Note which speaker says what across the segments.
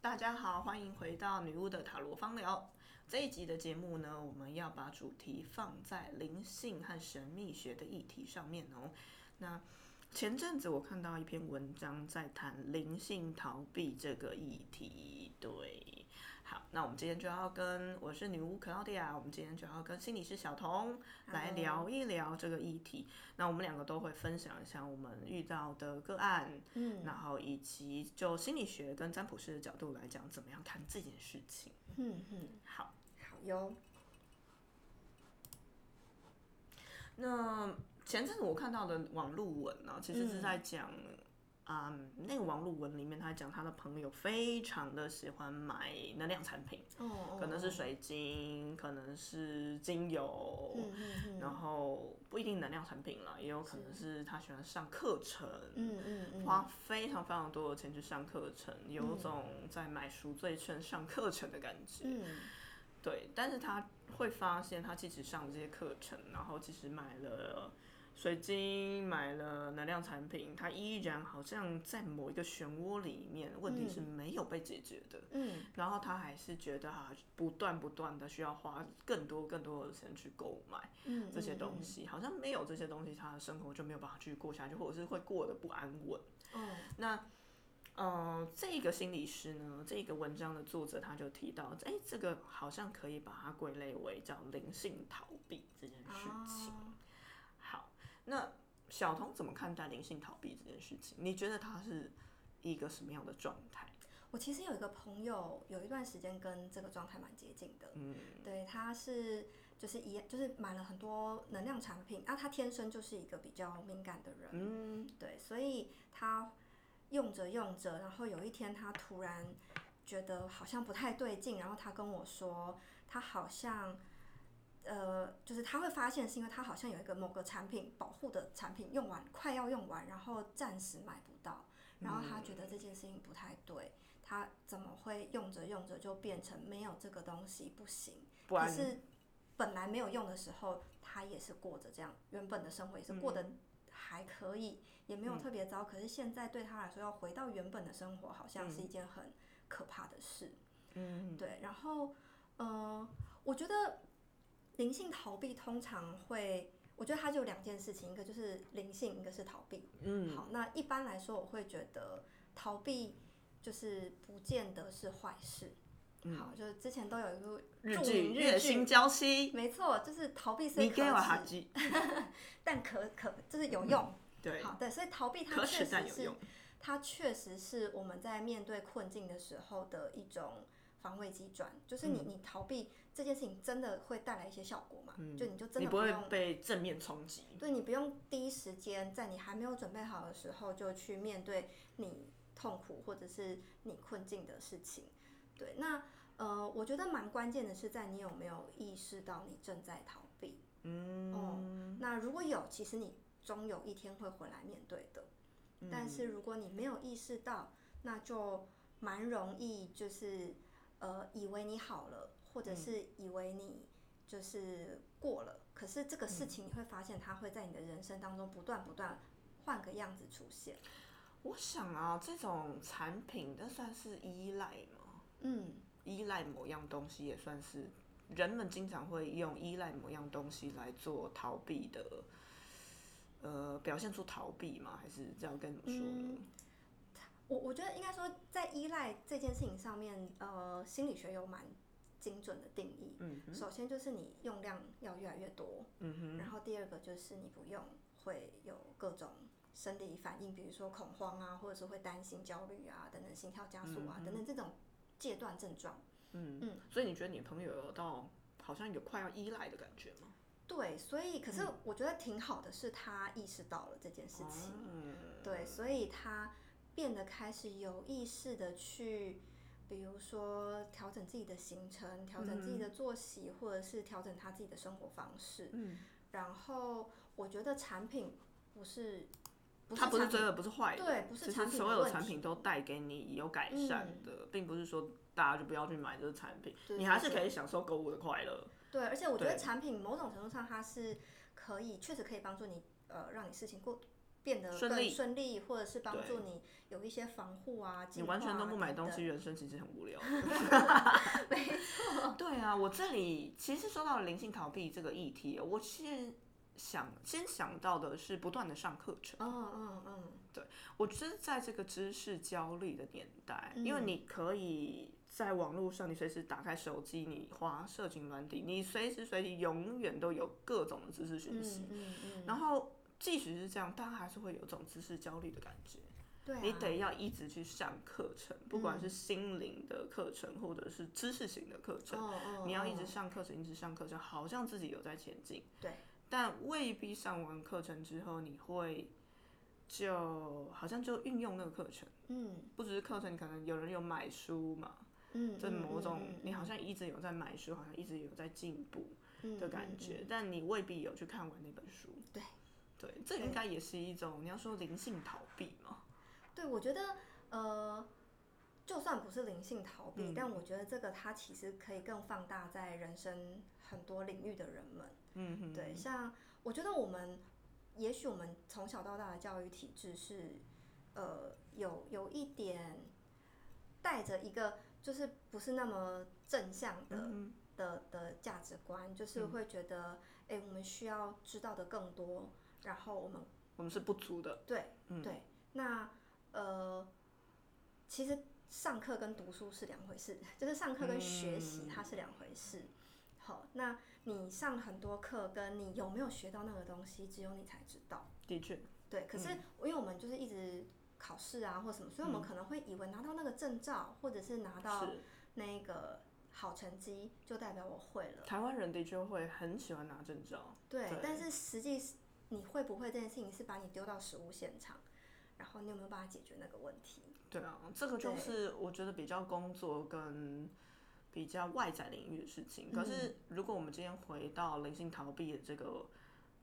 Speaker 1: 大家好，欢迎回到女巫的塔罗方聊。这一集的节目呢，我们要把主题放在灵性和神秘学的议题上面哦。那前阵子我看到一篇文章在谈灵性逃避这个议题，对，好，那我们今天就要跟我是女巫 Claudia，我们今天就要跟心理师小童来聊一聊这个议题。那我们两个都会分享一下我们遇到的个案，嗯，然后以及就心理学跟占卜师的角度来讲，怎么样看这件事情。
Speaker 2: 嗯嗯，
Speaker 1: 好，
Speaker 2: 好哟。
Speaker 1: 那前阵子我看到的网路文呢、其实是在讲，嗯那个网路文里面他讲他的朋友非常的喜欢买能量产品，
Speaker 2: 哦
Speaker 1: 可能是水晶，可能是精
Speaker 2: 哦
Speaker 1: 油，
Speaker 2: 嗯
Speaker 1: 然后不一定能量产品了，也有可能是他喜欢上课程，
Speaker 2: 嗯嗯嗯，
Speaker 1: 花非常非常多的钱去上课程，有种在买赎罪券上课程的感觉。
Speaker 2: 嗯
Speaker 1: 对，但是他会发现，他即使上了这些课程，然后即使买了水晶，买了能量产品，他依然好像在某一个漩涡里面，问题是没有被解决的。
Speaker 2: 嗯
Speaker 1: 然后他还是觉得哈、不断不断的需要花更多更多的钱去购买
Speaker 2: 嗯，
Speaker 1: 这些东西，好像没有这些东西，他的生活就没有办法去过下去，或者是会过得不安稳。
Speaker 2: 嗯，
Speaker 1: 那呃，这个心理师呢，这个文章的作者他就提到，哎，这个好像可以把它归类为叫灵性逃避这件
Speaker 2: 嗯
Speaker 1: 事情。好，那小童怎么看待灵性逃避这件事情？你觉得他是一个什么样的状态？
Speaker 2: 我其实有一个朋友，有一段时间跟这个状态蛮接近的。
Speaker 1: 嗯，
Speaker 2: 对，他是就是一就是买了很多能量产品啊，他天生就是一个比较敏感的人，
Speaker 1: 嗯，
Speaker 2: 对，所以他用着用着，然后有一天他突然觉得好像不太对劲，然后他跟我说，他好像。呃，就是他会发现，是因为他好像有一个某个产品保护的产品用完，快要用完，然后暂时买不到，然后他觉
Speaker 1: 嗯
Speaker 2: 得这件事情不太对，他怎么会用着用着就变成没有这个东西不行？
Speaker 1: 不然
Speaker 2: 可是本来没有用的时候，他也是过着这样原本的生活，也是过得
Speaker 1: 嗯
Speaker 2: 还可以，也没有特别糟。可是现在对他来说，要回到原本的生活，好像是一件很可怕的事。
Speaker 1: 嗯，
Speaker 2: 对，然后，呃，我觉得灵性逃避通常会，我觉得它就有两件事情，一个就是灵性，一个是逃避。
Speaker 1: 嗯，
Speaker 2: 好，那一般来说，我会觉得逃避就是不见得是坏事。
Speaker 1: 嗯
Speaker 2: 好，就是之前都有一部
Speaker 1: 日
Speaker 2: 著
Speaker 1: 剧
Speaker 2: 名
Speaker 1: 月
Speaker 2: 日剧
Speaker 1: 薪，娇妻，
Speaker 2: 没错，就是逃避是
Speaker 1: 你给我哈
Speaker 2: 可耻，
Speaker 1: 基，
Speaker 2: 但可可就是有用。
Speaker 1: 对，
Speaker 2: 好，对，所以逃避它
Speaker 1: 可
Speaker 2: 确
Speaker 1: 耻但
Speaker 2: 实
Speaker 1: 有
Speaker 2: 是
Speaker 1: 用，
Speaker 2: 它确实是我们在面对困境的时候的一种防卫机转，就是
Speaker 1: 嗯
Speaker 2: 你、你逃避这件事情真的会带来一些效果嘛？就你就真
Speaker 1: 嗯你
Speaker 2: 的
Speaker 1: 不会
Speaker 2: 用
Speaker 1: 被正面冲击。
Speaker 2: 对你不用第一时间在你还没有准备好的时候就去面对你痛苦或者是你困境的事情。对，那呃，我觉得蛮关键的是在你有没有意识到你正在逃避。
Speaker 1: 嗯，
Speaker 2: 哦，那如果有，其实你终有一天会回来面对的。但是如果你没有意识到，那就蛮容易就是呃，以为你好了，或者是以为你就是过了，可是这个事情你会发现它会在你的人生当中不断不断换个样子出现。
Speaker 1: 我想啊，这种产品那算是依赖吗？
Speaker 2: 嗯，
Speaker 1: 依赖某样东西也算是，人们经常会用依赖某样东西来做逃避的，呃，表现出逃避吗？还是这样跟你们说呢？
Speaker 2: 我我觉得应该说，在依赖这件事情上面，呃，心理学有蛮精准的定义。
Speaker 1: 嗯哼
Speaker 2: 首先就是你用量要越来越多，
Speaker 1: 嗯哼，
Speaker 2: 然后第二个就是你不用会有各种生理反应，比如说恐慌啊，或者是会担心、焦虑啊等等，心跳加速啊、等等这种戒断症状。
Speaker 1: 嗯嗯，所以你觉得你朋友有到好像有快要依赖的感觉吗？
Speaker 2: 对，所以可是我觉得挺好的，是他意识到了这件事情。
Speaker 1: 嗯，
Speaker 2: 对，所以他变得开始有意识的去，比如说调整自己的行程，调整自己的作息，或者是调整他自己的生活方式。
Speaker 1: 嗯，
Speaker 2: 然后我觉得产品不是，不是
Speaker 1: 它不是
Speaker 2: 产
Speaker 1: 真
Speaker 2: 品
Speaker 1: 的，不是坏的，
Speaker 2: 对不是
Speaker 1: 其
Speaker 2: 产
Speaker 1: 实
Speaker 2: 品
Speaker 1: 所
Speaker 2: 的
Speaker 1: 有
Speaker 2: 问
Speaker 1: 产
Speaker 2: 题嗯
Speaker 1: 品都带给你有改善的，并不是说大家就不要去买这个产品，
Speaker 2: 对
Speaker 1: 你还是可以享受购物的快乐。
Speaker 2: 对，而且我觉得
Speaker 1: 对
Speaker 2: 产品某种程度上它是可以，确实可以帮助你，呃，让你事情过变得
Speaker 1: 顺
Speaker 2: 更
Speaker 1: 利
Speaker 2: 顺利，或者是帮助你有一些防护啊、
Speaker 1: 你
Speaker 2: 进化啊
Speaker 1: 完全都不买
Speaker 2: 等
Speaker 1: 东
Speaker 2: 等
Speaker 1: 西，人生其实很无聊。
Speaker 2: 没错，
Speaker 1: 对啊，我这里其实说到灵性逃避这个议题，我先想先想到的是不断的上课程。
Speaker 2: 嗯嗯嗯，
Speaker 1: 我觉得在这个知识焦虑的年代，因为
Speaker 2: 嗯
Speaker 1: 你可以在网络上，你随时打开手机，你滑社群软体，你随时随地永远都有各种的知识讯息。
Speaker 2: 嗯嗯嗯，
Speaker 1: 然后即使是这样，大家还是会有种知识焦虑的感觉。
Speaker 2: 对啊，嗯
Speaker 1: 你得要一直去上课程，不管是心灵的课程或者是知识型的课程，
Speaker 2: 哦哦，
Speaker 1: 你要一
Speaker 2: 哦
Speaker 1: 直上课程，一直上课程，好像自己有在前进。
Speaker 2: 对，
Speaker 1: 但未必上完课程之后，你会就好像就运用那个课程，
Speaker 2: 嗯
Speaker 1: 不只是课程，可能有人有买书嘛，
Speaker 2: 嗯，
Speaker 1: 这
Speaker 2: 嗯
Speaker 1: 某种
Speaker 2: 嗯
Speaker 1: 你好像一直有在买书，好像一直有在进步
Speaker 2: 嗯
Speaker 1: 的
Speaker 2: 嗯
Speaker 1: 感
Speaker 2: 嗯
Speaker 1: 觉，
Speaker 2: 嗯
Speaker 1: 但你未必有去看完那本书。
Speaker 2: 对，
Speaker 1: 对，这
Speaker 2: 对
Speaker 1: 应该也是一种你要说灵性逃避嘛。
Speaker 2: 对，我觉得呃，就算不是灵性逃避，
Speaker 1: 嗯
Speaker 2: 但我觉得这个它其实可以更放大在人生很多领域的人们。
Speaker 1: 嗯哼，
Speaker 2: 对，像我觉得我们，也许我们从小到大的教育体制是，呃，有有一点带着一个就是不是那么正向的、
Speaker 1: 嗯
Speaker 2: 的的价值观，就是
Speaker 1: 嗯
Speaker 2: 会觉得，哎、我们需要知道的更多，然后我们
Speaker 1: 哼，我们是不足的。
Speaker 2: 对，
Speaker 1: 嗯
Speaker 2: 对，那呃，其实上课跟读书是两回事， 就是上课跟学习
Speaker 1: 嗯
Speaker 2: 它是两回事。好，那你上很多课，跟你有没有学到那个东西，只有你才知道。
Speaker 1: 的确，
Speaker 2: 对，可是因为我们就是一直考试啊或什么，所以我们
Speaker 1: 嗯
Speaker 2: 可能会以为拿到那个证照，或者是拿到
Speaker 1: 是
Speaker 2: 那个好成绩，就代表我会了。
Speaker 1: 台湾人的确会很喜欢拿证照。
Speaker 2: 对，
Speaker 1: 对
Speaker 2: 但是实际是你会不会这件事情，是把你丢到实物现场，然后你有没有办法解决那个问题？
Speaker 1: 对啊，这个就
Speaker 2: 对
Speaker 1: 是我觉得比较工作跟比较外在领域的事情。
Speaker 2: 嗯
Speaker 1: 可是如果我们今天回到灵性逃避的这个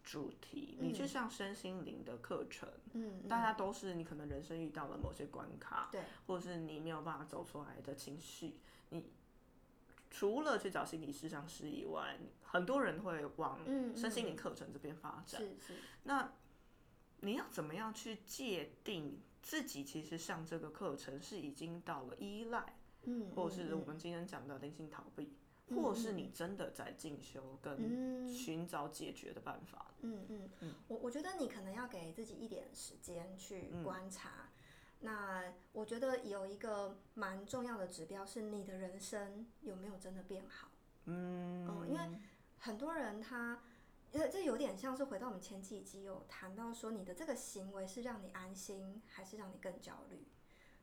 Speaker 1: 主题，你去
Speaker 2: 嗯
Speaker 1: 上身心灵的课程，
Speaker 2: 嗯，嗯
Speaker 1: 大家都是你可能人生遇到了某些关卡，
Speaker 2: 对，
Speaker 1: 或者是你没有办法走出来的情绪，你除了去找心理师上师以外，很多人会往
Speaker 2: 嗯
Speaker 1: 身心灵
Speaker 2: 嗯
Speaker 1: 课程这边发展。
Speaker 2: 是是，
Speaker 1: 那你要怎么样去界定自己其实上这个课程是已经到了依赖，
Speaker 2: 嗯，
Speaker 1: 或是我
Speaker 2: 嗯
Speaker 1: 们今天讲的灵性逃避，
Speaker 2: 嗯
Speaker 1: 或是你真的在进修跟
Speaker 2: 嗯
Speaker 1: 寻找解决的办法？
Speaker 2: 嗯嗯
Speaker 1: 嗯
Speaker 2: 嗯，我我觉得你可能要给自己一点时间去
Speaker 1: 嗯
Speaker 2: 观察。那我觉得有一个蛮重要的指标是你的人生有没有真的变好。
Speaker 1: 嗯，
Speaker 2: 哦因为很多人他，这这有点像是回到我们前几集有谈到说，你的这个行为是让你安心，还是让你更焦虑？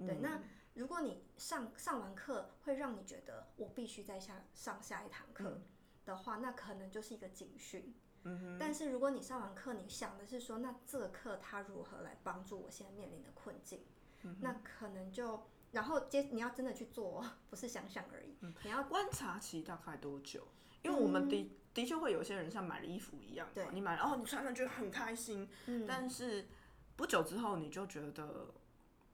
Speaker 2: 对，那如果你上上完课会让你觉得我必须再下上下一堂课
Speaker 1: 嗯
Speaker 2: 的话，那可能就是一个警讯。
Speaker 1: 嗯哼
Speaker 2: 但是如果你上完课，你想的是说，那这个课它如何来帮助我现在面临的困境，
Speaker 1: 嗯哼
Speaker 2: 那可能就然后接你要真的去做哦，不是想想而已，
Speaker 1: 嗯
Speaker 2: 你要
Speaker 1: 观察期大概多久？因为我们的、的确会有些人像买了衣服一样嘛
Speaker 2: 嗯对，
Speaker 1: 你买了哦，你穿上去很开心，
Speaker 2: 嗯
Speaker 1: 但是不久之后你就觉得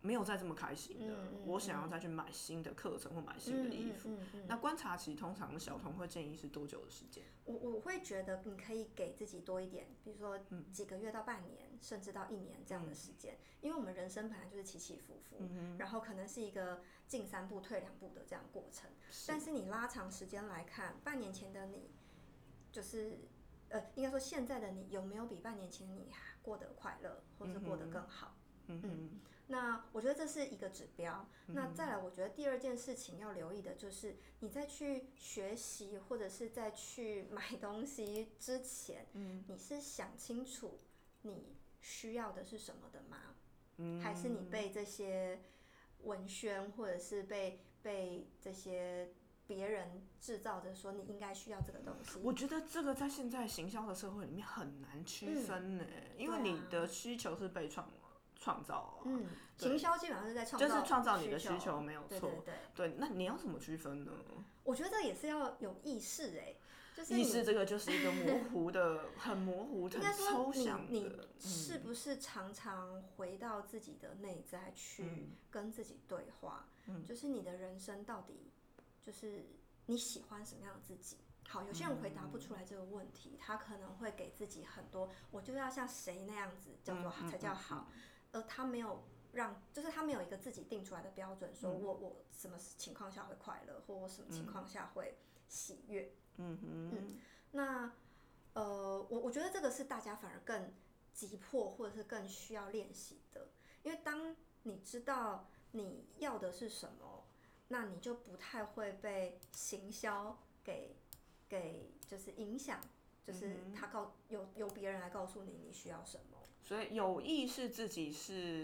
Speaker 1: 没有再这么开心了。
Speaker 2: 嗯嗯
Speaker 1: 我想要再去买新的课程或买新的衣服。
Speaker 2: 嗯嗯嗯嗯
Speaker 1: 那观察期通常小童会建议是多久的时间？
Speaker 2: 我我会觉得你可以给自己多一点，比如说
Speaker 1: 嗯
Speaker 2: 几个月到半年，甚至到一年这样的时间，因为我们人生本来就是起起伏伏，
Speaker 1: 嗯
Speaker 2: 然后可能是一个进三步退两步的这样过程。但是你拉长时间来看，半年前的你，就是呃，应该说现在的你有没有比半年前你还过得快乐，或是过得
Speaker 1: 嗯哼
Speaker 2: 更好？
Speaker 1: 嗯哼，
Speaker 2: 那我觉得这是一个指标。
Speaker 1: 嗯
Speaker 2: 那再来，我觉得第二件事情要留意的就是，你在去学习或者是在去 买东西之前，
Speaker 1: 嗯
Speaker 2: 你是想清楚你需要的是什么的吗？
Speaker 1: 嗯
Speaker 2: 还是你被这些文宣或者是被被这些别人制造着说你应该需要这个东西？嗯
Speaker 1: 我觉得这个在现在行销的社会里面很难区分呢、因为
Speaker 2: 对啊
Speaker 1: 你的需求是被创创造啊，
Speaker 2: 嗯，
Speaker 1: 嗯对
Speaker 2: 行销基本上是在创
Speaker 1: 就
Speaker 2: 造，
Speaker 1: 是创造你的需求，没有
Speaker 2: 对
Speaker 1: 错
Speaker 2: 对。对，
Speaker 1: 对，那你要怎么区分呢？
Speaker 2: 我觉得这也是要有意识哎、就是
Speaker 1: 意
Speaker 2: 你
Speaker 1: 识这个就是一个模糊的、很模糊、
Speaker 2: 应
Speaker 1: 很
Speaker 2: 该说
Speaker 1: 抽
Speaker 2: 你
Speaker 1: 象
Speaker 2: 你
Speaker 1: 的。嗯
Speaker 2: 是不是常常回到自己的内在去
Speaker 1: 嗯
Speaker 2: 跟自己对话？就是你的人生到底就是你喜欢什么样的自己？好，有些人回答不出来这个问题，他可能会给自己很多，我就要像谁那样子叫做
Speaker 1: 嗯嗯
Speaker 2: 才叫
Speaker 1: 嗯
Speaker 2: 好，而他没有让，就是他没有一个自己定出来的标准，说
Speaker 1: 嗯
Speaker 2: 我我什么情况下会快乐，或我什么情况下会喜悦。
Speaker 1: 嗯哼，
Speaker 2: 那呃，我我觉得这个是大家反而更急迫或者是更需要练习的，因为当你知道你要的是什么，那你就不太会被行销给给就是影响，就是
Speaker 1: 嗯哼
Speaker 2: 他告由由别人来告诉你你需要什么。
Speaker 1: 所以有意识自己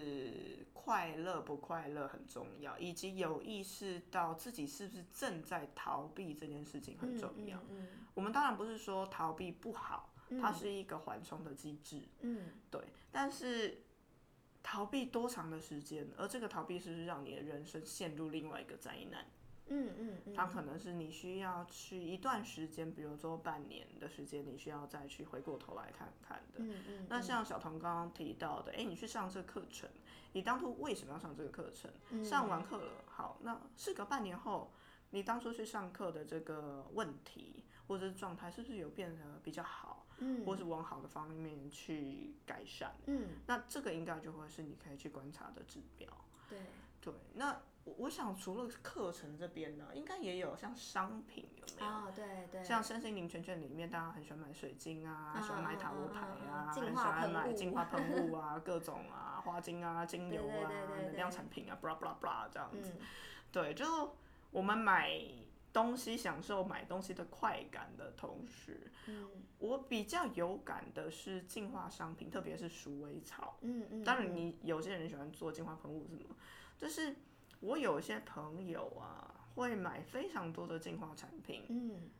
Speaker 1: 是快乐不快乐很重要，以及有意识到自己是不是正在逃避这件事情很重要。
Speaker 2: 嗯
Speaker 1: 我们当然不是说逃避不好，
Speaker 2: 嗯
Speaker 1: 它是一个缓冲的机制。
Speaker 2: 嗯
Speaker 1: 对，但是逃避多长的时间？而这个逃避是不是让你的人生陷入另外一个灾难？
Speaker 2: 嗯嗯嗯，
Speaker 1: 它可能是你需要去一段时间，比如说半年的时间，你需要再去回过头来看看的。
Speaker 2: 嗯嗯，
Speaker 1: 那像小童刚刚提到的，诶，你去上这个课程，你当初为什么要上这个课程？
Speaker 2: 嗯
Speaker 1: 上完课了，好，那事隔半年后，你当初去上课的这个问题或者是状态，是不是有变得比较好，
Speaker 2: 嗯
Speaker 1: 或是往好的方面去改善？
Speaker 2: 嗯
Speaker 1: 那这个应该就会是你可以去观察的指标。
Speaker 2: 对
Speaker 1: 对，那我我想除了课程这边呢，应该也有像商品有没有？
Speaker 2: 啊对对，
Speaker 1: 像身心灵圈圈里面，大家很喜欢买水晶啊，
Speaker 2: 嗯
Speaker 1: 喜欢买塔罗牌啊，
Speaker 2: 嗯嗯嗯嗯
Speaker 1: 很喜欢买净化喷雾啊，各种啊，花精啊，精油
Speaker 2: 对对
Speaker 1: 啊
Speaker 2: 对对，对
Speaker 1: 能量产品啊，blah blah blah 这样子。
Speaker 2: 嗯
Speaker 1: 对，就我们买东西，享受买东西的快感的同时，
Speaker 2: 嗯
Speaker 1: 我比较有感的是净化商品，特别是鼠尾草。
Speaker 2: 嗯嗯，
Speaker 1: 当
Speaker 2: 嗯
Speaker 1: 然，你有些人喜欢做净化喷雾什么，就是我有一些朋友啊，会买非常多的净化产品，
Speaker 2: 嗯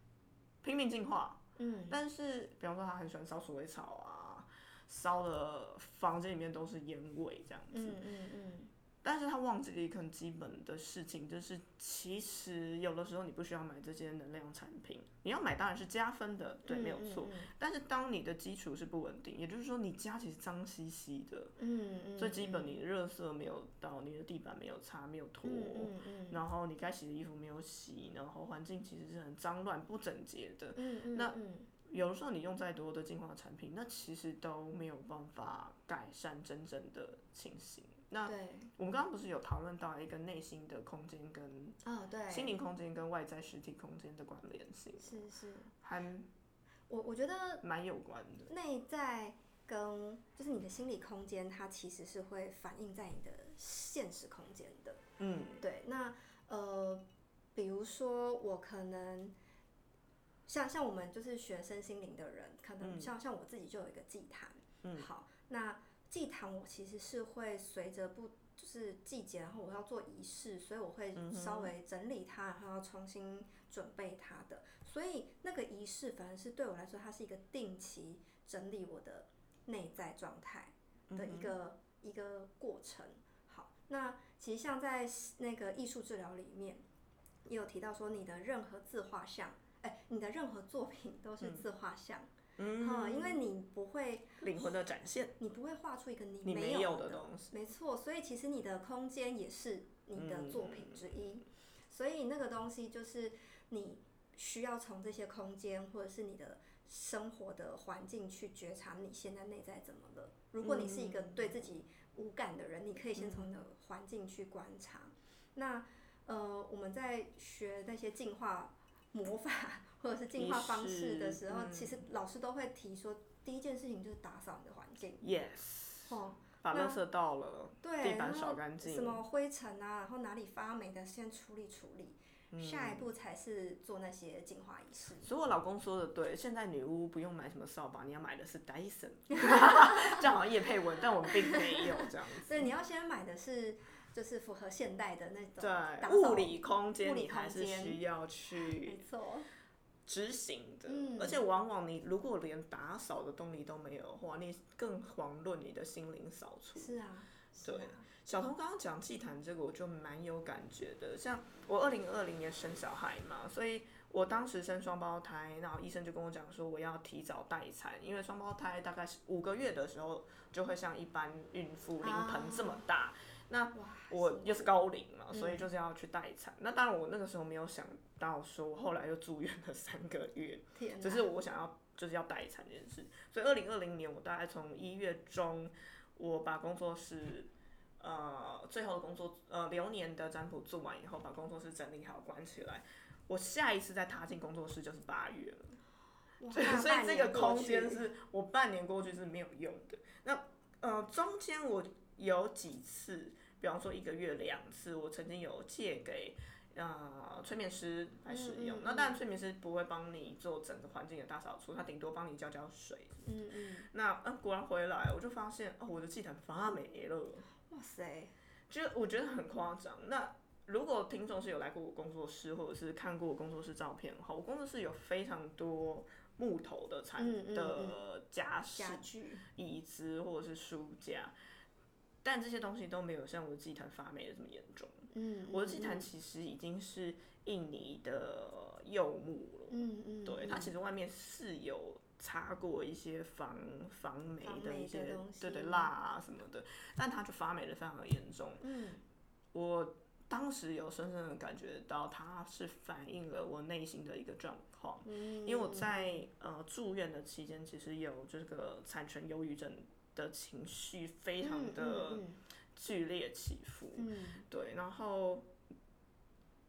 Speaker 1: 拼命净化。
Speaker 2: 嗯
Speaker 1: 但是，比方说他很喜欢烧鼠尾草啊，烧的房间里面都是烟味这样子。
Speaker 2: 嗯嗯嗯
Speaker 1: 但是他忘记了一个很基本的事情，就是其实有的时候你不需要买这些能量产品，你要买当然是加分的，
Speaker 2: 嗯
Speaker 1: 对，没有错。，但是当你的基础是不稳定，也就是说你家其实脏兮兮的，
Speaker 2: 嗯嗯，
Speaker 1: 最基本，你的热色没有到，你的地板没有擦，没有拖，
Speaker 2: 嗯嗯嗯
Speaker 1: 然后你该洗的衣服没有洗，然后环境其实是很脏乱、不整洁的。
Speaker 2: 嗯嗯，
Speaker 1: 那
Speaker 2: 嗯
Speaker 1: 有的时候你用再多的净化产品，那其实都没有办法改善真正的情形。那
Speaker 2: 对，
Speaker 1: 我们刚刚不是有讨论到一个内心的空间跟
Speaker 2: 哦对，
Speaker 1: 心灵空间跟外在实体空间的关联性，
Speaker 2: 是是，
Speaker 1: 还
Speaker 2: 我我觉得
Speaker 1: 蛮有关的。
Speaker 2: 内在跟就是你的心理空间，它其实是会反映在你的现实空间的。
Speaker 1: 嗯
Speaker 2: 对，那呃，比如说我可能像像我们就是学身心灵的人，可能
Speaker 1: 嗯
Speaker 2: 像、像我自己就有一个祭坛，
Speaker 1: 嗯
Speaker 2: 好，那祭坛我其实是会随着不就是季节，然后我要做仪式，所以我会
Speaker 1: 嗯哼
Speaker 2: 稍微整理它，然后要重新准备它的，所以那个仪式反而是对我来说，它是一个定期整理我的内在状态。
Speaker 1: 嗯
Speaker 2: 的一个、一个过程。好，那其实像在那个艺术治疗里面，也有提到说，你的任何自画像，哎、你的任何作品都是自画像，
Speaker 1: 嗯
Speaker 2: 哈、因为你不会，
Speaker 1: 灵魂的展现，
Speaker 2: 你不会画出一个你
Speaker 1: 你
Speaker 2: 没
Speaker 1: 没有
Speaker 2: 的
Speaker 1: 的东西。
Speaker 2: 没错，所以其实你的空间也是你的作品之一，所以那个东西就是你需要从这些空间或者是你的生活的环境去觉察你现在内在怎么了。如果你是一个对自己无感的人，你可以先从你的环境去观察。那呃，我们在学那些进化魔法或者是进化方式的时候，
Speaker 1: 仪式嗯
Speaker 2: 其实老师都会提说，第一件事情就是打扫你的环境。
Speaker 1: Yes，
Speaker 2: 哦，
Speaker 1: 把
Speaker 2: 那
Speaker 1: 垃圾倒了。
Speaker 2: 对，
Speaker 1: 地
Speaker 2: 然
Speaker 1: 板
Speaker 2: 后
Speaker 1: 扫干净
Speaker 2: 什么灰尘啊，然后哪里发霉的先处理处理，
Speaker 1: 嗯
Speaker 2: 下一步才是做那些净化仪式。
Speaker 1: 所以我老公说的对，现在女巫不用买什么扫把，你要买的是 Dyson，这样好像叶佩文，但我们并没有这样子。
Speaker 2: 对，你要先买的是就是符合现代的那种打
Speaker 1: 对，
Speaker 2: 扫
Speaker 1: 物理空
Speaker 2: 物
Speaker 1: 间
Speaker 2: 理
Speaker 1: 你还是
Speaker 2: 空间
Speaker 1: 需要
Speaker 2: 没
Speaker 1: 去
Speaker 2: 错，
Speaker 1: 执行的，
Speaker 2: 嗯
Speaker 1: 而且往往你如果连打扫的动力都没有的话，你更遑论你的心灵扫除。
Speaker 2: 是啊，是
Speaker 1: 对
Speaker 2: 啊
Speaker 1: 小童刚刚讲祭坛这个，我就蛮有感觉的。像我二零二零年生小孩嘛，所以我当时生双胞胎，然后医生就跟我讲说我要提早待产，因为双胞胎大概是五个月的时候就会像一般孕妇
Speaker 2: 啊
Speaker 1: 临盆这么大，那
Speaker 2: 哇，
Speaker 1: 我
Speaker 2: 辛
Speaker 1: 又
Speaker 2: 苦
Speaker 1: 是高龄嘛，
Speaker 2: 嗯
Speaker 1: 所以就是要去待产。那当然，我那个时候没有想到说，我后来又住院了三个月，
Speaker 2: 天
Speaker 1: 只
Speaker 2: 哪
Speaker 1: 是我想要就是要待产这件事。所以二零二零年，我大概从一月中，我把工作室。呃，最后的工作，呃，流年的占卜做完以后，把工作室整理好，关起来。我下一次再踏进工作室就是八月了。
Speaker 2: 哇
Speaker 1: 对，
Speaker 2: 大
Speaker 1: 所以
Speaker 2: 半
Speaker 1: 这
Speaker 2: 年
Speaker 1: 个
Speaker 2: 过
Speaker 1: 空
Speaker 2: 去
Speaker 1: 间是我半年过去是没有用的。那呃，中间我有几次，比方说一个月两次，我曾经有借给呃催眠师来使用。
Speaker 2: 嗯嗯
Speaker 1: 那当然，催眠师不会帮你做整个环境的大扫除，他顶多帮你浇浇水。
Speaker 2: 嗯嗯，
Speaker 1: 那嗯，果然回来我就发现，哦，我的祭坛发霉了。
Speaker 2: 哇塞，
Speaker 1: 就我觉得很夸张。那如果听众是有来过我工作室，或者是看过我工作室照片的话，我工作室有非常多木头的产
Speaker 2: 嗯嗯
Speaker 1: 的家饰、
Speaker 2: 家具，
Speaker 1: 椅子或者是书架，但这些东西都没有像我的祭坛发霉的这么严重。
Speaker 2: 嗯，
Speaker 1: 我的
Speaker 2: 嗯
Speaker 1: 祭坛，其实已经是印尼的柚木了，
Speaker 2: 嗯嗯，
Speaker 1: 对，
Speaker 2: 嗯
Speaker 1: 它其实外面是有擦过一些防防霉
Speaker 2: 防
Speaker 1: 的
Speaker 2: 霉
Speaker 1: 一
Speaker 2: 的
Speaker 1: 些
Speaker 2: 东西
Speaker 1: 对对蜡啊什么的，但它就发霉的非常的严重。
Speaker 2: 嗯
Speaker 1: 我当时有深深的感觉到，它是反映了我内心的一个状况。
Speaker 2: 嗯，
Speaker 1: 因为我在呃住院的期间，其实有这个产权忧郁症的情绪非常的
Speaker 2: 嗯
Speaker 1: 剧烈起伏，
Speaker 2: 嗯嗯
Speaker 1: 对，然后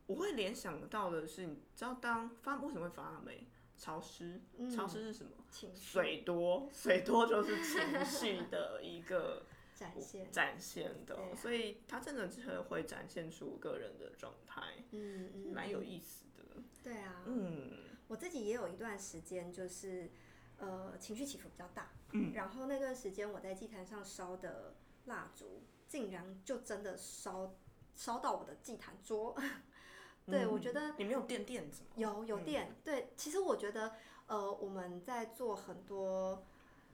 Speaker 1: 我会联想到的是，你知道当发为什么会发霉？潮湿，
Speaker 2: 嗯
Speaker 1: 潮湿是什么？
Speaker 2: 嗯情绪
Speaker 1: 水多，水多就是情绪的一个
Speaker 2: 展现，
Speaker 1: 展现的
Speaker 2: 对，啊
Speaker 1: 所以它真的是会展现出我个人的状态，
Speaker 2: 嗯嗯，
Speaker 1: 蛮有
Speaker 2: 嗯，
Speaker 1: 意思的。
Speaker 2: 对啊，
Speaker 1: 嗯
Speaker 2: 我自己也有一段时间就是，呃，情绪起伏比较大，
Speaker 1: 嗯
Speaker 2: 然后那段时间我在祭坛上烧的蜡烛，竟然就真的烧烧到我的祭坛桌， 对、我觉得
Speaker 1: 你没有垫垫子吗？
Speaker 2: 有有电，对，其实我觉得，呃，我们在做很多，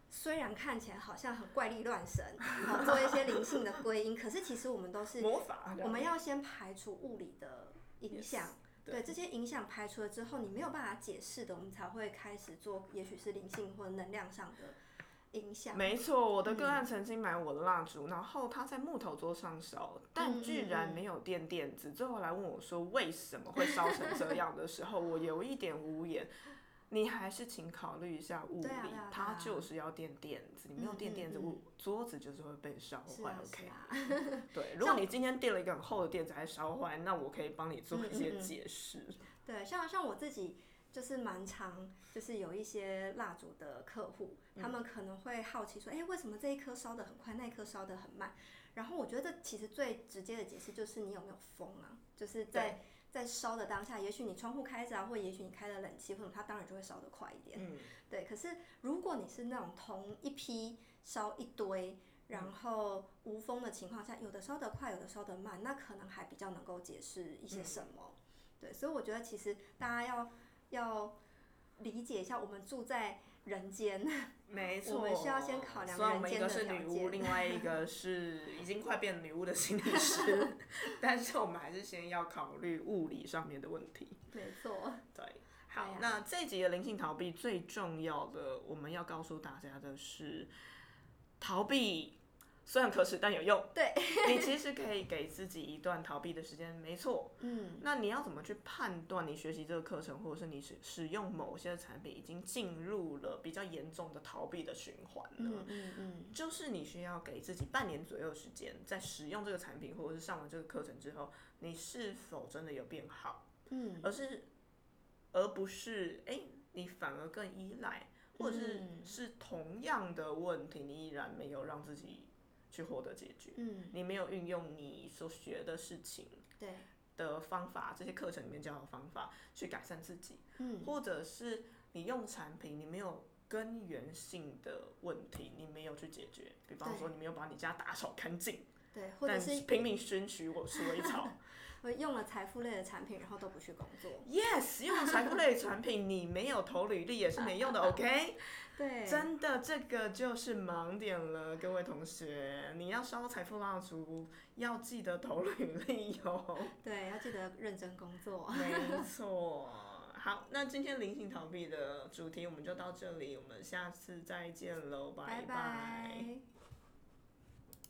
Speaker 2: 虽然看起来好像很怪力乱神，然后做一些灵性的归因，可是其实我们都是，
Speaker 1: 魔法的，
Speaker 2: 我们要先排除物理的影响。对
Speaker 1: 对
Speaker 2: 这些影响排除了之后，你没有办法解释的，我们才会开始做，也许是灵性或能量上的影响。
Speaker 1: 没错，我的个案曾经买我的蜡
Speaker 2: 嗯
Speaker 1: 烛，然后他在木头桌上烧，但居然没有垫垫子。最后来问我说为什么会烧成这样的时候，我有一点无言。你还是请考虑一下物理
Speaker 2: 对啊对啊，
Speaker 1: 它就是要垫垫子，你没有垫垫子，
Speaker 2: 嗯嗯嗯
Speaker 1: 物桌子就是会被烧
Speaker 2: 是
Speaker 1: 坏
Speaker 2: 啊，是
Speaker 1: ，OK
Speaker 2: 啊。
Speaker 1: 对，如果你今天垫了一个很厚的垫子还烧坏，那我可以帮你做
Speaker 2: 嗯
Speaker 1: 一些解释。 嗯
Speaker 2: 对，像像我自己就是蛮常，就是有一些蜡烛的客户，他
Speaker 1: 嗯
Speaker 2: 们可能会好奇说，哎、为什么这一颗烧得很快，那一颗烧得很慢？然后我觉得其实最直接的解释就是你有没有风啊，就是在在烧的当下，也许你窗户开着啊，或也许你开了冷气，或者它当然就会烧得快一点。
Speaker 1: 嗯，
Speaker 2: 对，可是如果你是那种同一批烧一堆，然后无风的情况下，有的烧得快，有的烧得慢，那可能还比较能够解释一些什么。对，所以我觉得其实大家要要理解一下，我们住在人间，
Speaker 1: 没
Speaker 2: 我们需要先考量
Speaker 1: 虽然我们一
Speaker 2: 人
Speaker 1: 个
Speaker 2: 间的
Speaker 1: 是女
Speaker 2: 条
Speaker 1: 巫，
Speaker 2: 件
Speaker 1: 另外一 个是已经快变女巫的心理师，但是我们还是先要考虑物理上面的问题。
Speaker 2: 没错，
Speaker 1: 对，好，
Speaker 2: 对啊
Speaker 1: 那这一集的灵性逃避最重要的，我们要告诉大家的是，逃避虽然可耻但有用。
Speaker 2: 对，
Speaker 1: 你其实可以给自己一段逃避的时间，没错。
Speaker 2: 嗯，
Speaker 1: 那你要怎么去判断你学习这个课程，或者是你使使用某些产品已经进入了比较严重的逃避的循环呢？
Speaker 2: 嗯嗯嗯，
Speaker 1: 就是你需要给自己半年左右的时间，在使用这个产品或者是上完这个课程之后，你是否真的有变好，
Speaker 2: 嗯，
Speaker 1: 而是而不是诶，你反而更依赖，或者是、
Speaker 2: 嗯
Speaker 1: 是同样的问题，你依然没有让自己去获得解决，
Speaker 2: 嗯，
Speaker 1: 你没有运用你所学的事情。
Speaker 2: 对，
Speaker 1: 的方法，这些课程里面教的方法去改善自己，
Speaker 2: 嗯
Speaker 1: 或者是你用产品，你没有根源性的问题，你没有去解决，比方说你没有把你家打扫干净，
Speaker 2: 对，或者
Speaker 1: 但
Speaker 2: 是
Speaker 1: 拼命宣取我是微 草
Speaker 2: 我用了财富类的产品，然后都不去工作，
Speaker 1: ，yes，用财富类产品，你没有投履历也是没 用的，OK，
Speaker 2: 对，
Speaker 1: 真的这个就是盲点了，各位同学，你要烧财富蜡烛，要记得投履历哦哟、
Speaker 2: 对，要记得认真工作。
Speaker 1: 没错。好，那今天灵性逃避的主题我们就到这里，我们下次再见喽，拜
Speaker 2: 拜拜